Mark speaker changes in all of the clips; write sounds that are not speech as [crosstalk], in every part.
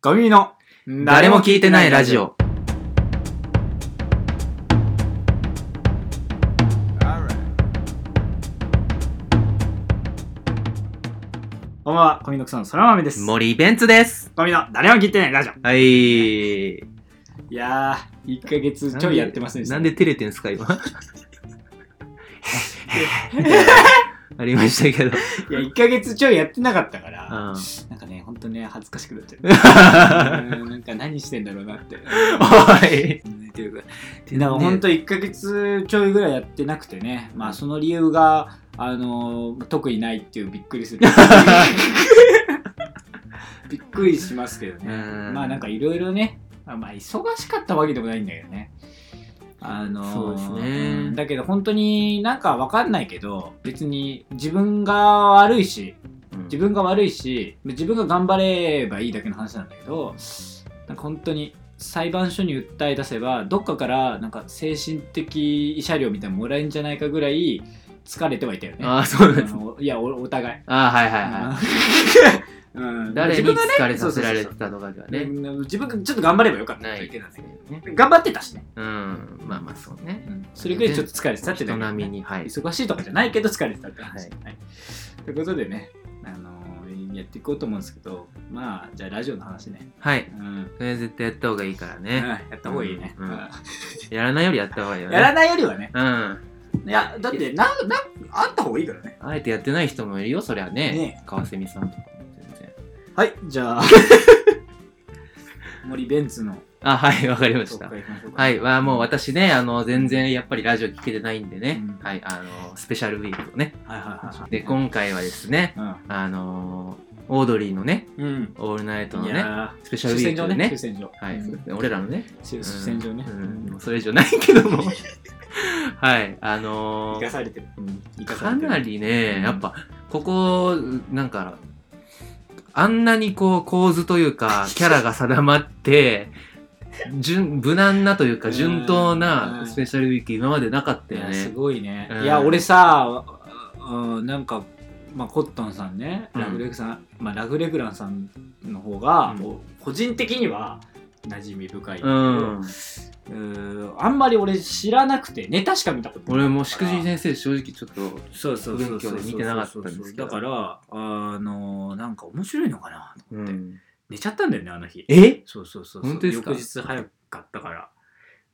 Speaker 1: ガビーの
Speaker 2: 誰も聞いてないラジオ。
Speaker 1: こんばんは、コミノクさん、そらまめです。
Speaker 2: 森ベンツです。
Speaker 1: コミの誰も聞いてないラジオ。
Speaker 2: はい。
Speaker 1: いやー、1ヶ月ちょいやってますね。
Speaker 2: なんで照れてんすか、今。 [laughs] ありましたけど。
Speaker 1: いや、1ヶ月ちょいやってなかったから、
Speaker 2: うん
Speaker 1: なんかね、ほんとね、恥ずかしくなっちゃ [laughs] う。うんなんか何してんだろうな [laughs] って。
Speaker 2: お [laughs] い。
Speaker 1: うんっていうかなんかほんと1ヶ月ちょいぐらいやってなくてね、まあその理由が、あのー特にないっていうびっくりす
Speaker 2: [laughs]
Speaker 1: る。びっくりしますけどね。
Speaker 2: うん
Speaker 1: まあなんかいろいろね、あまあ忙しかったわけでもないんだけどね。あのー
Speaker 2: そうですね
Speaker 1: んだけど本当になんかわかんないけど、別に自分が悪いし、自分が悪いし自分が頑張ればいいだけの話なんだけどなんか本当に裁判所に訴え出せばどっかからなんか精神的慰謝料みたいなのもらえるんじゃないかぐらい疲れてはいたよね。
Speaker 2: ああ、そうなんです。
Speaker 1: のいやおお互い。
Speaker 2: ああ、はいはいは
Speaker 1: うん
Speaker 2: [laughs] い。誰に
Speaker 1: 自分がね
Speaker 2: 疲れさせられ
Speaker 1: そう
Speaker 2: てたのかでは
Speaker 1: そうそう
Speaker 2: ね。
Speaker 1: うん自分がちょっと頑張ればよかった
Speaker 2: な
Speaker 1: だ
Speaker 2: い
Speaker 1: け
Speaker 2: で
Speaker 1: なんだ
Speaker 2: す
Speaker 1: け
Speaker 2: ね。
Speaker 1: ど頑張ってたしね、
Speaker 2: うん。まあまあ、そうね。
Speaker 1: うんそれぐらいちょっと疲れてたってだ
Speaker 2: 人
Speaker 1: け
Speaker 2: 並みに、はい。
Speaker 1: 忙しいとかじゃないけど疲れてたって話、
Speaker 2: はい
Speaker 1: はいということでね、あのーやっていこうと思うんですけどまあじゃあラジオの話ね、
Speaker 2: はい。
Speaker 1: うん、
Speaker 2: それは絶対やった方がいいから
Speaker 1: うん
Speaker 2: ね。
Speaker 1: やった方がいいね、
Speaker 2: うん
Speaker 1: うん
Speaker 2: やらないよりやった方がいいよね。
Speaker 1: やらないよりはね
Speaker 2: うん。
Speaker 1: いやだってななあった方がいいからね
Speaker 2: あえてやってない人もいるよ、そりゃ
Speaker 1: ね
Speaker 2: ね。川蝉さんとかも全然。
Speaker 1: はいじゃあ
Speaker 2: [laughs]
Speaker 1: 森ベンツの
Speaker 2: あ、はい、わかりまし
Speaker 1: 紹
Speaker 2: た。
Speaker 1: 介いきましょうか
Speaker 2: はい、はもう私ね、あの、全然やっぱりラジオ聞けてないんでね、
Speaker 1: うん
Speaker 2: はい、あの、スペシャルウィークをね。
Speaker 1: はいはいはい
Speaker 2: で、今回はですね、あの、オードリーのね、
Speaker 1: うん、
Speaker 2: オールナイト
Speaker 1: うん、
Speaker 2: の
Speaker 1: い
Speaker 2: ね、
Speaker 1: や
Speaker 2: スペシ
Speaker 1: ー
Speaker 2: ャル
Speaker 1: 主
Speaker 2: ウィ
Speaker 1: 戦場
Speaker 2: ークで
Speaker 1: ね
Speaker 2: ね
Speaker 1: 主、戦場
Speaker 2: は
Speaker 1: う
Speaker 2: い
Speaker 1: ん、
Speaker 2: 俺らのね、
Speaker 1: 主戦場ね、
Speaker 2: うん、もうそれ以上ないけ
Speaker 1: [laughs]
Speaker 2: ども、はい、あ
Speaker 1: 生
Speaker 2: の
Speaker 1: かされてる生かさ
Speaker 2: か
Speaker 1: れてる
Speaker 2: なりね、やっぱ、ここ、なんか、あんなにこう構図とい
Speaker 1: [laughs]
Speaker 2: うか、キャラが定まって、順無難なというか、順当
Speaker 1: う
Speaker 2: なんスペシャルウィーク今までなかったよ
Speaker 1: いやす
Speaker 2: ね。
Speaker 1: ごいね、
Speaker 2: うん
Speaker 1: いや俺さ、うん、なんか、まあ、コットンさんね
Speaker 2: うん
Speaker 1: ラグレグさん、まあ、ラグレグランさんの方が、
Speaker 2: うん
Speaker 1: こう個人的には馴染み深い、
Speaker 2: うん。
Speaker 1: うんあんまり俺知らなくてネタしか見たことない
Speaker 2: 俺もしくじり先生正直ちょっと、
Speaker 1: そうそうそうそう
Speaker 2: 不勉強で見てなかったんですけど
Speaker 1: だからあのなんか面白いのかなと思って、寝ちゃったんだよねあの日
Speaker 2: え
Speaker 1: そうそうそうそう
Speaker 2: 本当ですか
Speaker 1: 翌日早かったから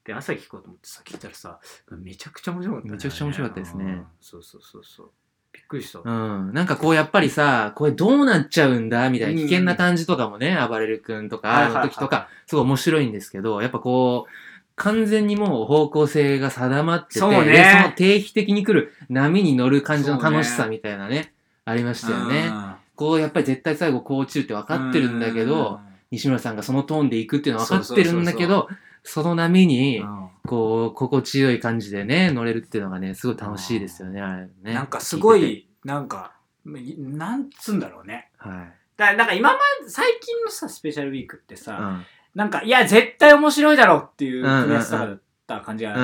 Speaker 1: で朝聞こうと思ってさ聞いたらさめちゃくちゃ面白かったね、
Speaker 2: めちゃくちゃ面白かったですね
Speaker 1: うんそうそうそうそうびっくりした、
Speaker 2: うん。なんかこうやっぱりさ、これどうなっちゃうんだみたいな危険な感じとかもね、暴れる君と
Speaker 1: はい
Speaker 2: か
Speaker 1: はいはい
Speaker 2: の時とか、すごい面白いんですけど、やっぱこう、完全にもう方向性が定まってて、
Speaker 1: そうね
Speaker 2: でその定期的に来る波に乗る感じの楽し
Speaker 1: そう
Speaker 2: さみたいなね、ありましたよね。こうやっぱり絶対最後こう落ちるって分
Speaker 1: うん
Speaker 2: かってるんだけど、西村さんがそのトーンで行くっていうのは分かってるんだけ
Speaker 1: そ
Speaker 2: ど、その波
Speaker 1: う
Speaker 2: に、
Speaker 1: ん
Speaker 2: こう、心地よい感じでね、乗れるっていうのがね、すごい楽しいですよね、あれね。
Speaker 1: なんかすご
Speaker 2: 聞てて。
Speaker 1: いなんかなんつうんだろうね
Speaker 2: はい。
Speaker 1: だからなんか今まで最近のさスペシャルウィークって
Speaker 2: う
Speaker 1: さ、
Speaker 2: ん。
Speaker 1: なんかいや絶対面白いだろうっていう組み合わせとかだった感じが
Speaker 2: う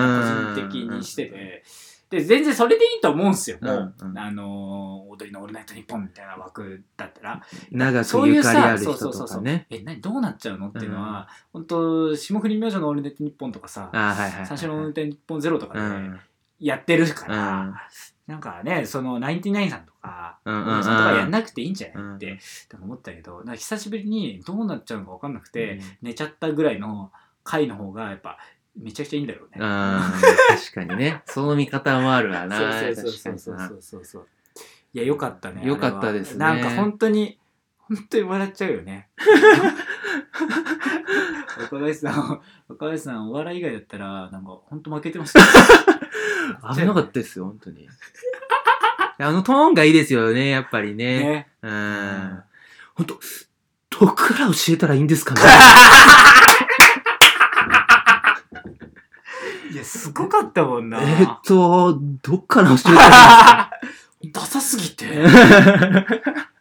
Speaker 2: ん
Speaker 1: 個人的にしててで全然それでいいと思うんすよもう、
Speaker 2: うんうん
Speaker 1: あのー踊りの「オールナイトニッポン」みたいな枠だったら
Speaker 2: 長
Speaker 1: そ
Speaker 2: く
Speaker 1: うい
Speaker 2: ゆ
Speaker 1: う
Speaker 2: かりあ
Speaker 1: さ
Speaker 2: る
Speaker 1: そ
Speaker 2: 人
Speaker 1: うそうそ
Speaker 2: と
Speaker 1: うそ
Speaker 2: か
Speaker 1: う、
Speaker 2: ね。
Speaker 1: え何どうなっちゃうのっていうのは、本当霜降り明星の「オールナイトニッポン」とかさ
Speaker 2: あはいはいはい。
Speaker 1: 最初の運転日本ゼロとかで
Speaker 2: うん。
Speaker 1: やってるか
Speaker 2: う
Speaker 1: ら、
Speaker 2: ん。
Speaker 1: なんかね、そのナインティナインさんとか、
Speaker 2: うんうん
Speaker 1: お姉さんとかやんなくていいんじゃないって、
Speaker 2: う
Speaker 1: 多分思ったけど、なんか久しぶりにどうなっちゃうのか分かんなくて、寝ちゃったぐらいの回の方が、やっぱ、めちゃくちゃいいんだろうね。
Speaker 2: うん。 [laughs] 確かにね。その見方もあるわな。
Speaker 1: そうそうそうそう
Speaker 2: 確か
Speaker 1: そうそうそう。いや、よかったね。
Speaker 2: よかったですね
Speaker 1: あれはなんか本当に、本当に笑っちゃうよね。若林さん、若林さん、お笑い以外だったら、なんか本当負けてました。
Speaker 2: にな危なかったですよ、本当に。 [laughs] あのトーンがいいですよね、やっぱりね。
Speaker 1: ね。
Speaker 2: う。
Speaker 1: うん
Speaker 2: 本当どっから教えたらいいんですかね [laughs]
Speaker 1: いや、すごかったもんな。
Speaker 2: えーっと、どっから教えたら
Speaker 1: ダサすぎて。
Speaker 2: いいんですか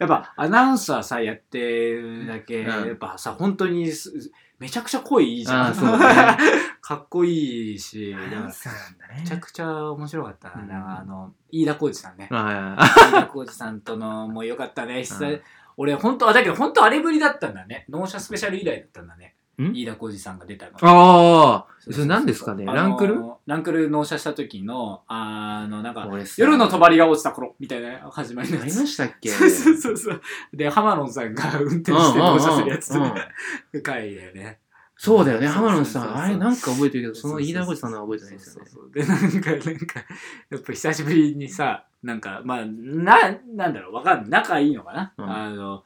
Speaker 2: [laughs]
Speaker 1: やっぱアナウンサーさ、やってるだけ、
Speaker 2: うん
Speaker 1: やっぱさ、本当にすめちゃくちゃ声いいじゃ
Speaker 2: あ
Speaker 1: ん。
Speaker 2: ーそうだ
Speaker 1: [laughs] かっこいいし、
Speaker 2: アナウンサーなんだ
Speaker 1: めちゃ
Speaker 2: ね。
Speaker 1: くちゃ面白かったな。
Speaker 2: うん
Speaker 1: なんかあの、飯田浩二さんね。
Speaker 2: はいはい
Speaker 1: 飯田浩二さんとの、もうよかったね。久々
Speaker 2: うん
Speaker 1: 俺本当はだけど本当あれぶりだったんだね納車スペシャル以来だったんだね
Speaker 2: ん
Speaker 1: 飯田浩二さんが出たの
Speaker 2: ああ、
Speaker 1: そ
Speaker 2: そ
Speaker 1: そう
Speaker 2: う
Speaker 1: そう
Speaker 2: れ何ですかね
Speaker 1: あの
Speaker 2: ランクル
Speaker 1: ランクル納車した時のあのなんか
Speaker 2: 俺さ
Speaker 1: 夜の帳が落ちた頃みたいな始まりの
Speaker 2: あ
Speaker 1: や
Speaker 2: り
Speaker 1: つ
Speaker 2: ましたっけ
Speaker 1: そうそうそうそうで浜野さんが運転して納車するやつ
Speaker 2: うんうんうん
Speaker 1: 回だよね
Speaker 2: そうだよね、浜野
Speaker 1: そうそ
Speaker 2: さ。
Speaker 1: うんそう
Speaker 2: あれ、なんか覚えてるけど、その飯田
Speaker 1: 浩
Speaker 2: 浩
Speaker 1: 二
Speaker 2: 司さんのは覚えてないですよね。
Speaker 1: でなんかなんかやっぱ久しぶりにさなんかまあななんだろうわかんない仲いいのかな、
Speaker 2: うん
Speaker 1: あの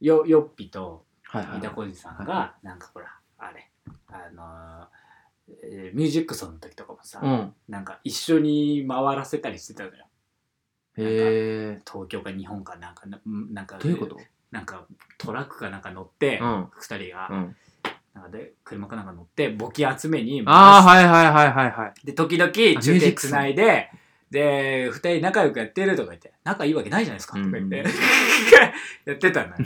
Speaker 1: よよっぴと
Speaker 2: はいは
Speaker 1: 飯
Speaker 2: い
Speaker 1: 田
Speaker 2: はい。
Speaker 1: 浩二さん
Speaker 2: は
Speaker 1: がなんかほらあれあのーえーミュージックソンの時とかもさ、
Speaker 2: うん。
Speaker 1: なんか一緒に回らせたりしてたのよ
Speaker 2: へえ。
Speaker 1: 東京か日本かなんかなんなんか
Speaker 2: どういうこと
Speaker 1: なんかトラックかなんか乗って、
Speaker 2: うん。
Speaker 1: 二人が、
Speaker 2: うん。
Speaker 1: なんかで車かなんか乗って募金集めに
Speaker 2: ああ、はいはいはいはいはい。
Speaker 1: で時々中継つないでで二人仲良くやってるとか言って仲いいわけないじゃないですかとか言って、 [laughs]
Speaker 2: うん
Speaker 1: やってた
Speaker 2: [laughs]
Speaker 1: のよ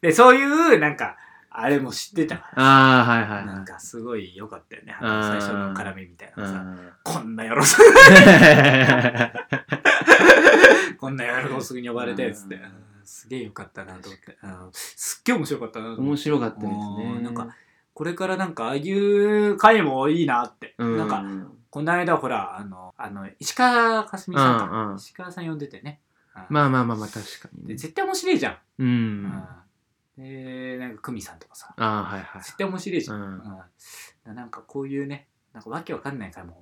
Speaker 1: でそういうなんかあれも知ってたか
Speaker 2: ああ、はいは
Speaker 1: ら
Speaker 2: い
Speaker 1: な
Speaker 2: は
Speaker 1: ん
Speaker 2: い。
Speaker 1: かすごい良かったよね
Speaker 2: あ
Speaker 1: 最
Speaker 2: ー
Speaker 1: 初の絡みみたいな
Speaker 2: う
Speaker 1: のさ、
Speaker 2: ん
Speaker 1: こんなよろし [laughs] こんなやるすぐに呼ばれてっつって、
Speaker 2: うん
Speaker 1: うんすげえよかったなと思って、うんすっげえ面白かったなと思
Speaker 2: [laughs] 面
Speaker 1: って
Speaker 2: 白かったです
Speaker 1: う
Speaker 2: ね。
Speaker 1: んなんか、これからなんかああいう回もいいなって、
Speaker 2: うん。
Speaker 1: なんかこの間ほらあのあの石川佳純さんか、
Speaker 2: うんうん
Speaker 1: 石川さん呼んでてね、うん
Speaker 2: まあまあまあまあ、確かに
Speaker 1: で
Speaker 2: ね。
Speaker 1: 絶対面白いじゃん、
Speaker 2: う。
Speaker 1: うんでなんか久美さんとかさ
Speaker 2: ああ、はいはい。
Speaker 1: 絶対面白いじゃん、
Speaker 2: うん
Speaker 1: うんだからなんかこういうねなんかわけわかんない回も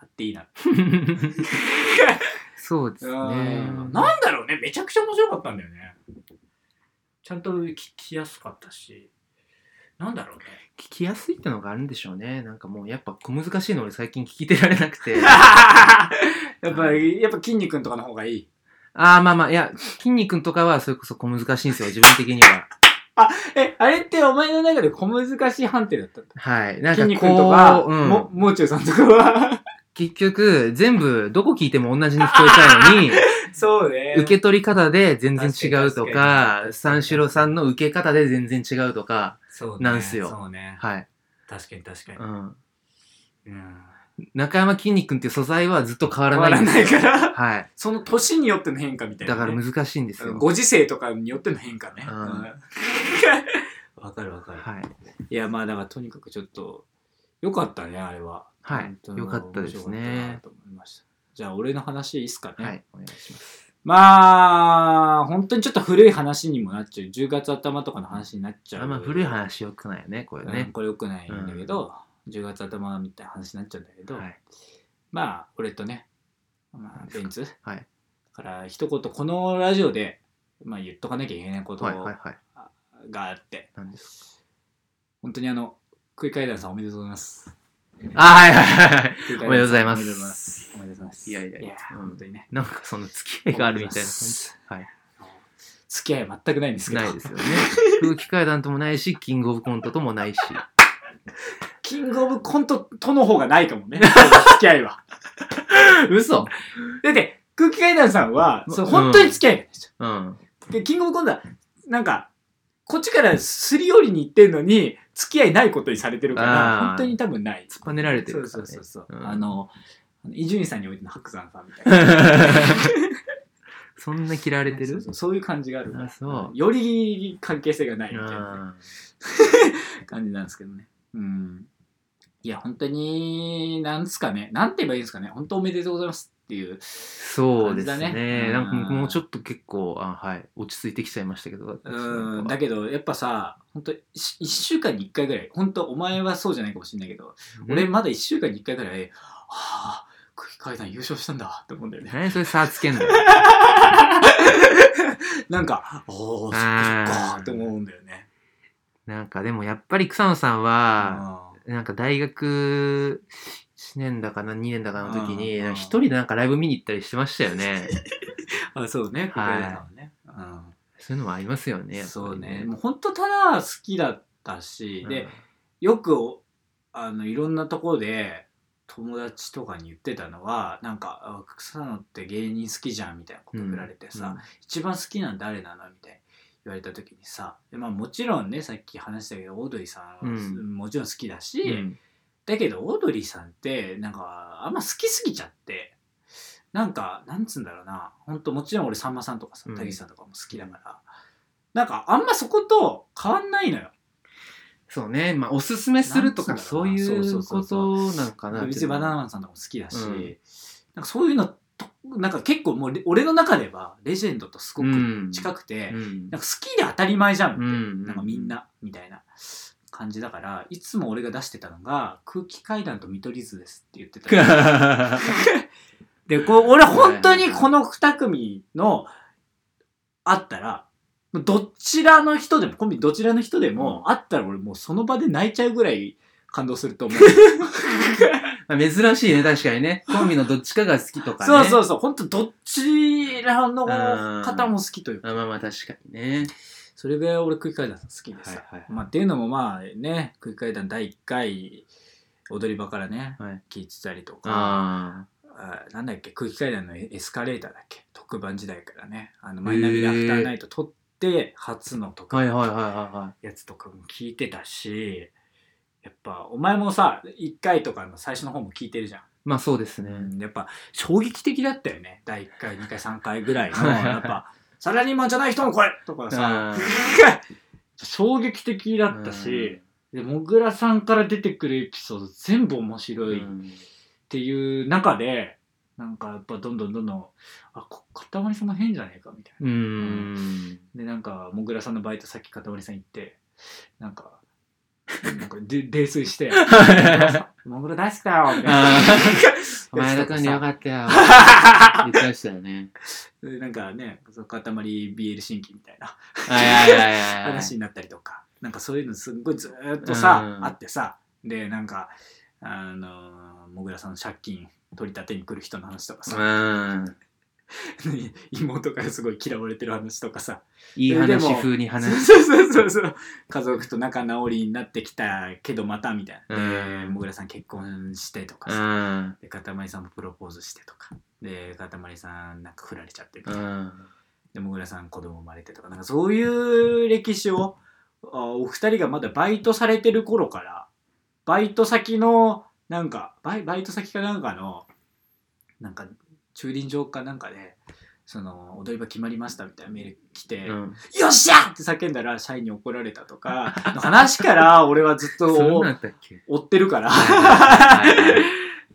Speaker 1: あっていいなって、
Speaker 2: そうですね。
Speaker 1: うんなんだろうねめちゃくちゃ面白かったんだよねちゃんと聞きやすかったしなんだろうね
Speaker 2: 聞きやすいってのがあるんでしょうね。なんかもうやっぱ小難しいの俺最近聞いてられなくて。 [laughs] あ
Speaker 1: [laughs] やっぱ、やっぱ、筋肉とかの方がいい。
Speaker 2: あ、まあまあ、いや、筋肉とかはそれこそ小難しいんですよ、自分的には。
Speaker 1: え、あれってお前の中で小難しい判定だったんだ。
Speaker 2: はい。なんか
Speaker 1: 筋
Speaker 2: こう、
Speaker 1: 肉とか、
Speaker 2: うん
Speaker 1: も、もう中さんとかは。
Speaker 2: 結局、全部、どこ聞いても同じに聞こえちゃ
Speaker 1: [laughs]
Speaker 2: うのに、
Speaker 1: [laughs] そうね
Speaker 2: 受け取り方で全然違うと
Speaker 1: 確
Speaker 2: か
Speaker 1: かに、
Speaker 2: 三四郎さんの受け方で全然違うとか、
Speaker 1: そう
Speaker 2: なんすよ
Speaker 1: そうね。
Speaker 2: はい。
Speaker 1: 確かに確かに
Speaker 2: う。ん。
Speaker 1: うん。
Speaker 2: 中山筋肉っていう素材はずっと変わら
Speaker 1: 変
Speaker 2: な
Speaker 1: わ
Speaker 2: い
Speaker 1: ら
Speaker 2: んです
Speaker 1: ない
Speaker 2: よ。
Speaker 1: から、
Speaker 2: はい。
Speaker 1: その年によっての変化みたいな
Speaker 2: だ
Speaker 1: ね。
Speaker 2: から難しいんですよ。
Speaker 1: ご時世とかによっての変化ね。
Speaker 2: う
Speaker 1: うん
Speaker 2: [laughs]
Speaker 1: んわかるわかる。
Speaker 2: はい。
Speaker 1: いや、まあ、だからとにかくちょっと、よかったね、あれは。
Speaker 2: はい
Speaker 1: 本当に
Speaker 2: よかったですね
Speaker 1: 面白かったなと思いましたじゃあ、俺の話いいっすかね。
Speaker 2: はい。お願いします。
Speaker 1: まあ、本当にちょっと古い話にもなっちゃう。10月頭とかの話になっちゃ
Speaker 2: あ
Speaker 1: う。
Speaker 2: んま古い話よくないよね、これ
Speaker 1: ね、
Speaker 2: ね。
Speaker 1: これよくないんだけど、10月頭みたいな話になっちゃうんだけど、
Speaker 2: はい。
Speaker 1: まあ、俺とね、まあ、ベンツ。
Speaker 2: はい
Speaker 1: だから、一言、このラジオで、まあ、言っとかなきゃいけないこと
Speaker 2: はいはいはい。
Speaker 1: があって、
Speaker 2: 何です
Speaker 1: 本当にあの、クイカイダンさんおめでとうございます。
Speaker 2: かあ、はいはいはいはい。おめでとうございます
Speaker 1: おめでとうございます。おめでとうございます。
Speaker 2: いやいやいや
Speaker 1: 本当にね。
Speaker 2: なんかその付き合いがあるみたいな感じ。はい。
Speaker 1: 付き合い全くないんですけど。
Speaker 2: ないですよね。空気階段ともないし、キングオブコントともないし。
Speaker 1: キングオブコントとの方がないかも
Speaker 2: [laughs]
Speaker 1: ね。付き合いは。
Speaker 2: 嘘
Speaker 1: だって、空気階段さんは、そう
Speaker 2: うん
Speaker 1: 本当に付き合いがないです [laughs]
Speaker 2: うん。
Speaker 1: よ。で、キングオブコントは、なんか、こっちからすり寄りに行ってんのに、付き合いないことにされてるか
Speaker 2: あ
Speaker 1: ら
Speaker 2: ー、
Speaker 1: 本当に多分ない。
Speaker 2: 突っぱねられて
Speaker 1: そ
Speaker 2: る
Speaker 1: う
Speaker 2: か
Speaker 1: そ
Speaker 2: ら
Speaker 1: う
Speaker 2: ね。
Speaker 1: そうそう。
Speaker 2: うん
Speaker 1: あの、伊集院さんにおいての白山さんみたい
Speaker 2: [laughs]
Speaker 1: な。
Speaker 2: そんな嫌われて
Speaker 1: そう
Speaker 2: る
Speaker 1: そうそういう感じがあるから
Speaker 2: あそう
Speaker 1: より関係性がないみたいなね。
Speaker 2: あ
Speaker 1: 感じなんですけどね。うん。いや、本当に、なんですかね。なんて言えばいいんですかね。本当おめでとうございますっていう。
Speaker 2: そうです
Speaker 1: 感じだね
Speaker 2: ね。なんか
Speaker 1: うん
Speaker 2: もうちょっと結構、あはい、落ち着いてきちゃいましたけど。私
Speaker 1: うん。
Speaker 2: な
Speaker 1: だ
Speaker 2: んか
Speaker 1: けど、やっぱさ、本当一1週間に1回ぐらい、本当お前はそうじゃないかもしれないけど、俺まだ1週間に1回ぐらい、ああ、空気階段優勝したんだって思うんだよ
Speaker 2: [laughs]
Speaker 1: ね。
Speaker 2: 何それ差
Speaker 1: [laughs]
Speaker 2: つけんの
Speaker 1: なんか、おお、そっ
Speaker 2: あ
Speaker 1: か
Speaker 2: ー
Speaker 1: そっかって思うんだよね。
Speaker 2: なんかでもやっぱり草野さんは、なんか大学1年だかな、2年だかの時に、
Speaker 1: うんうん
Speaker 2: 一人でなんかライブ見に行ったりしてましたよね。
Speaker 1: [laughs] うんあ、そうね、空気階段さんはね。うん
Speaker 2: そういうのもありますよね。やっぱり
Speaker 1: そうね。もう本当ただ好きだったし、で、よくおあのいろんなところで友達とかに言ってたのはなんかあ「草野って芸人好きじゃん」みたいなこと振られてさ、一番好きなの誰なの?」みたいに言われた時にさ、でまあ、もちろんねさっき話したけどオードリーさんは、
Speaker 2: うん
Speaker 1: もちろん好きだし、
Speaker 2: うんうん
Speaker 1: だけどオードリーさんってなんかあんま好きすぎちゃってなんかなんつうんだろうなほんともちろん俺さんまさんとかさ
Speaker 2: うん
Speaker 1: たけしさんとかも好きだから、なんかあんまそこと変わんないのよ。
Speaker 2: そうね、まあ、おすすめすると
Speaker 1: な
Speaker 2: か
Speaker 1: んつう
Speaker 2: そ
Speaker 1: んだろう
Speaker 2: う
Speaker 1: ないそう
Speaker 2: う
Speaker 1: そ
Speaker 2: こ
Speaker 1: うそ
Speaker 2: となんかな
Speaker 1: 別にバナナマンさんとかも好きだし、
Speaker 2: うん
Speaker 1: なんかそういうのと、なんか結構もうレ俺の中ではレジェンドとすごく近
Speaker 2: く
Speaker 1: くて、
Speaker 2: うん
Speaker 1: なんか好きで当たり前じゃんって、
Speaker 2: うん
Speaker 1: なんかみんなみたいな感じだからいつも俺が出してたのが「空気階段と見取り図です」って言ってた
Speaker 2: [laughs]
Speaker 1: でこう俺本当にこの2組のあったらどちらの人でもコンビどちらの人でも、あったら俺もうその場で泣いちゃうぐらい感動すると
Speaker 2: [laughs]
Speaker 1: 思う
Speaker 2: [laughs] まあ珍しいね確かにねコンビのどっちかが好きとかね
Speaker 1: そうそううそう本当どちらの方も好きというか
Speaker 2: まあまあ確かにね
Speaker 1: それぐらい俺空気階段さん好きでさ、
Speaker 2: はいはい
Speaker 1: まあ、っていうのもまあね空気階段第1回踊り場からね、
Speaker 2: はい
Speaker 1: 聞いてたりとか
Speaker 2: あ
Speaker 1: あなんだっけ空気階段のエスカレーターだっけ特番時代からねあのマイナビでアフターナイト撮って初のと
Speaker 2: あ
Speaker 1: か、
Speaker 2: はいはいはいはいは
Speaker 1: やつとかも聞いてたしやっぱお前もさ1回とかの最初の方も聞いてるじゃん、
Speaker 2: いまあそうですね、
Speaker 1: うんやっぱ衝撃的だったよね第1回2回3回ぐらいのやっぱサラリーマンじゃない人もこれとかさ
Speaker 2: あ
Speaker 1: [laughs] 衝撃的だったし、でもぐらさんから出てくるエピソード全部面白
Speaker 2: う
Speaker 1: いっ
Speaker 2: ん
Speaker 1: ていう中で、なんかやっぱどんどんどんどんあこかたまりさんも変じゃねえかみたいな
Speaker 2: うん
Speaker 1: でなんかもぐらさんのバイト先かたまりさん行ってなんかなんかで [laughs] 泥酔して「もぐら大好きだよ」みたいな
Speaker 2: あ
Speaker 1: [laughs]
Speaker 2: 前田君でよかったよ言ってましたよね
Speaker 1: でなんかねそうかたまり BL 新規みたいな
Speaker 2: はいはいはいはい [laughs]
Speaker 1: 話になったりとか、なんかそういうのすっごいずーっとさ、
Speaker 2: うん
Speaker 1: あってさでなんかあのーもぐらさんの借金取り立てに来る人の話とかさ、
Speaker 2: うん、
Speaker 1: [laughs] 妹からすごい嫌われてる話とかさ
Speaker 2: いい
Speaker 1: でも
Speaker 2: 話風に話
Speaker 1: そうそうそうそう家族と仲直りになってきたけどまたみたいなで
Speaker 2: うん
Speaker 1: もぐらさん結婚してとか
Speaker 2: う
Speaker 1: さ、
Speaker 2: ん
Speaker 1: でかたまりさんもプロポーズしてとかでかたまりさんなんか振られちゃってみた
Speaker 2: う
Speaker 1: いなんでもぐらさん子供生まれてとかなんかそういう歴史をあお二人がまだバイトされてる頃からバイト先のなんかバイバイト先かなんかのなんか駐輪場かなんかでその踊り場決まりましたみたいなメール来て「
Speaker 2: うん
Speaker 1: よっしゃ!」って叫んだら社員に怒られたとかの話から俺はずっ
Speaker 2: [laughs] そん
Speaker 1: と
Speaker 2: なんあったっけ
Speaker 1: 追ってるから。
Speaker 2: はい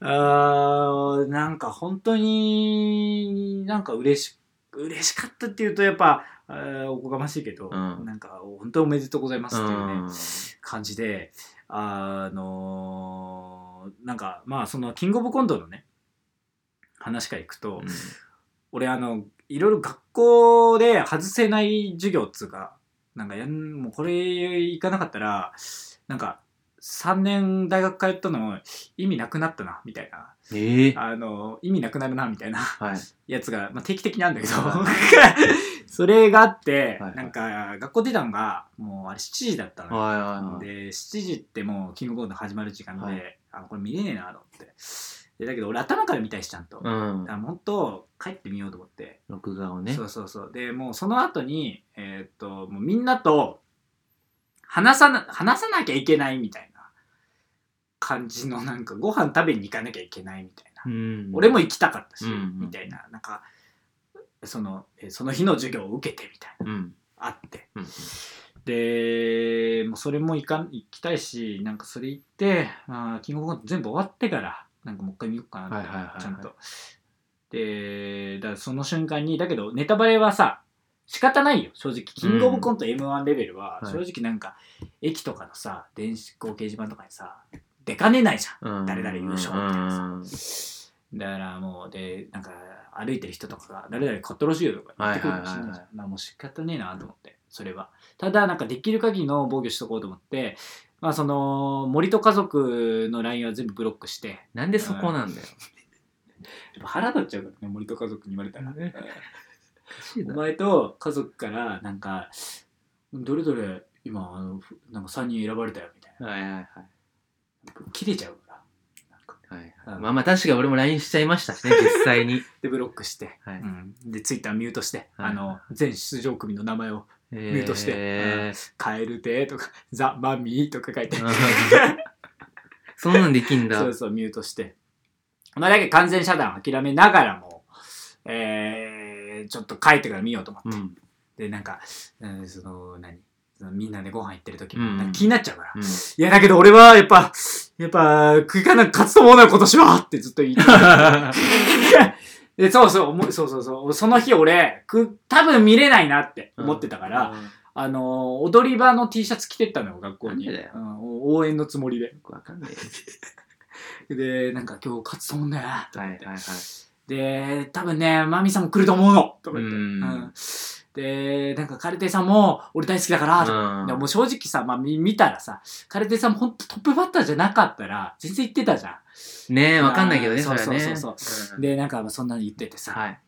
Speaker 1: あーなんか本当になんか嬉し嬉しかったっていうとやっぱあーおこがましいけど、
Speaker 2: うん
Speaker 1: なんか本当におめでとうございますっていうね、
Speaker 2: うん
Speaker 1: 感じであのーなんかまあそのキングオブコントのね話からいくと、俺あのいろいろ学校で外せない授業っつうかなんかやんもうこれ行かなかったらなんか3年大学通ったの意味なくなったなみたいな
Speaker 2: ええ
Speaker 1: あの意味なくなるなみたいな [laughs]
Speaker 2: はい
Speaker 1: やつが、まあ、定期的にあるんだけど
Speaker 2: は
Speaker 1: [laughs] それがあって、
Speaker 2: はいはい
Speaker 1: なんか学校出たのがもうあれ7時だったのよ
Speaker 2: はいはいはい
Speaker 1: で7時ってもうキングコント始まる時間で、
Speaker 2: は
Speaker 1: あこれ見れねえなと思ってでだけど俺頭から見たいしちゃんと、
Speaker 2: うん
Speaker 1: だからもっと帰ってみようと思って、
Speaker 2: 録画をね
Speaker 1: そうそうそうでもうその後にえーっともうみんなと話さな話さなきゃいけないみたいな感じのなんかご飯食べに行かなきゃいけないみたいな
Speaker 2: うん
Speaker 1: 俺も行きたかったし、
Speaker 2: うんうん
Speaker 1: みたいななんかそのえーその日の授業を受けてみたいな
Speaker 2: うん
Speaker 1: あって、
Speaker 2: うん
Speaker 1: でもうそれも行かん行きたいしなんかそれ行って、まあ、キングオブコント全部終わってからなんかもう一回見ようかなって、
Speaker 2: はいはいはいはい
Speaker 1: ちゃんとでだからその瞬間にだけどネタバレはさ仕方ないよ正直キングオブコント m 1レベルは
Speaker 2: はい
Speaker 1: 正直なんか、駅とかのさ電子光掲示板とかにさ出かねないじゃん
Speaker 2: うん
Speaker 1: 誰々優勝みたいなさ
Speaker 2: うん
Speaker 1: だからもうでなんか歩いてる人とかが誰々買ってほしいよとか言ってくるかもしれないじゃん、
Speaker 2: はいはいはい
Speaker 1: まあもう仕方ねえなと思ってそれはただなんかできる限りの防御しとこうと思ってまあその森と家族の LINE は全部ブロックしてや
Speaker 2: なんでそこなんだよ
Speaker 1: っぱ腹立っちゃうからね森と家族に言われたら、
Speaker 2: ねおかしい
Speaker 1: お
Speaker 2: な
Speaker 1: 前と家族からなんかどれどれ今あのふなんか3人選ばれたよみたい
Speaker 2: はいはいはい
Speaker 1: な切れちゃうからなんか
Speaker 2: はい
Speaker 1: うん
Speaker 2: まあまあ確か俺も LINE しちゃいましたしね実際に
Speaker 1: でブロックして、
Speaker 2: はい
Speaker 1: うん、でツイッターミュートして、
Speaker 2: はい
Speaker 1: あの全出場組の名前を
Speaker 2: ミ
Speaker 1: ミュートして「カエルテ」とか [laughs] 「ザ・マミー」とか書いて
Speaker 2: そんなんできん
Speaker 1: [laughs]
Speaker 2: だ
Speaker 1: そうそうミュートしてまあだけど完全遮断を諦めながらもえーちょっと書いてから見ようと思って、
Speaker 2: うん
Speaker 1: でなんか、うん、その何そのみんなでご飯行ってる時、
Speaker 2: うん
Speaker 1: なんか気になっちゃうから、
Speaker 2: うん
Speaker 1: いやだけど俺はやっぱやっぱ食いかな勝つと思うな今年はってずっと言って
Speaker 2: [laughs]
Speaker 1: でそうそう思うそうそうそうその日俺く多分見れないなって思ってたから、
Speaker 2: うん
Speaker 1: あの踊り場の T シャツ着てったのよ学校に
Speaker 2: なんでだよ
Speaker 1: うん応援のつもりで
Speaker 2: よくわかんない。
Speaker 1: でなんか今日勝つと思うんだよな
Speaker 2: はいはいはい。
Speaker 1: で、多分ね、マミさんも来ると思うのとか言って。
Speaker 2: うん
Speaker 1: うんで、なんか、カルテイさんも、俺大好きだから、とか
Speaker 2: うん
Speaker 1: でももう正直さ、まあ、み見たらさ、カルテイさんも本当トップバッターじゃなかったら、全然言ってたじゃ
Speaker 2: ねえ、わかんないけどね、
Speaker 1: あー
Speaker 2: それはね。
Speaker 1: そうそう
Speaker 2: そ
Speaker 1: ん。で、なんか、そんなの言っててさ、
Speaker 2: はい。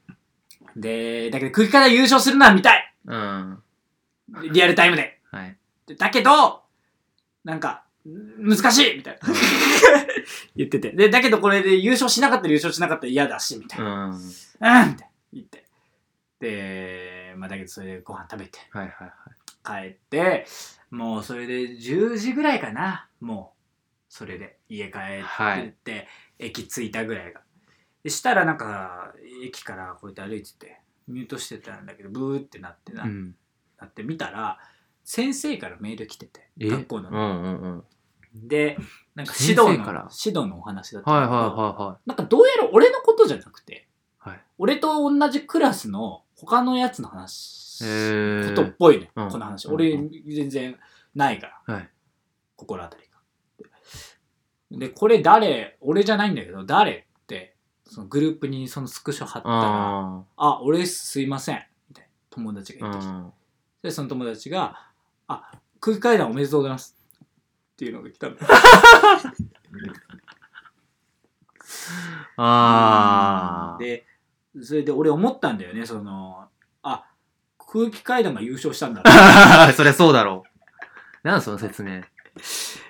Speaker 1: で、だけど、空気から優勝するのは見たい
Speaker 2: うん。
Speaker 1: リアルタイムで
Speaker 2: はい。
Speaker 1: でだけど、なんか、難しいみたいな。言ってて。で、だけどこれで優勝しなかったら優勝しなかったら嫌だし、みたいな
Speaker 2: う。ん。は
Speaker 1: う
Speaker 2: い
Speaker 1: んって言って。で、まあだけどそれでご飯食べて、
Speaker 2: はいはい。
Speaker 1: 帰って、もうそれで10時ぐらいかな、もう。それで家帰ってって、駅着いたぐらいが。でしたらなんか、駅からこうやって歩いてて、ミュートしてたんだけど、ブーってなってな、
Speaker 2: うん。
Speaker 1: なって見たら、先生からメール来てて、
Speaker 2: え
Speaker 1: 学校
Speaker 2: う
Speaker 1: の。
Speaker 2: んうんうん。
Speaker 1: で、なんか指導
Speaker 2: 先生
Speaker 1: の
Speaker 2: から
Speaker 1: 指導のお話だったん
Speaker 2: は
Speaker 1: だ
Speaker 2: いはい
Speaker 1: けど
Speaker 2: は
Speaker 1: なんかどうやら俺のことじゃなくて、
Speaker 2: はい
Speaker 1: 俺と同じクラスの他のやつの話、
Speaker 2: いはい。え
Speaker 1: ことっぽいね、
Speaker 2: うん
Speaker 1: この話、
Speaker 2: うん
Speaker 1: 俺全然ないから、
Speaker 2: はい
Speaker 1: 心当たりがでこれ誰俺じゃないんだけど誰ってそのグループにそのスクショ貼ったら「あ
Speaker 2: あ
Speaker 1: 俺ですすいません」みたいな友達
Speaker 2: あ。う
Speaker 1: が言ってきて、
Speaker 2: ん。
Speaker 1: でその友達が「あ空気階段おめでとうございます」っていうのが来たんだ
Speaker 2: ああ。
Speaker 1: でそれで俺思ったんだよねそのあ空気階段が優勝したんだな
Speaker 2: [laughs] そりゃそうだろう。なんその説明。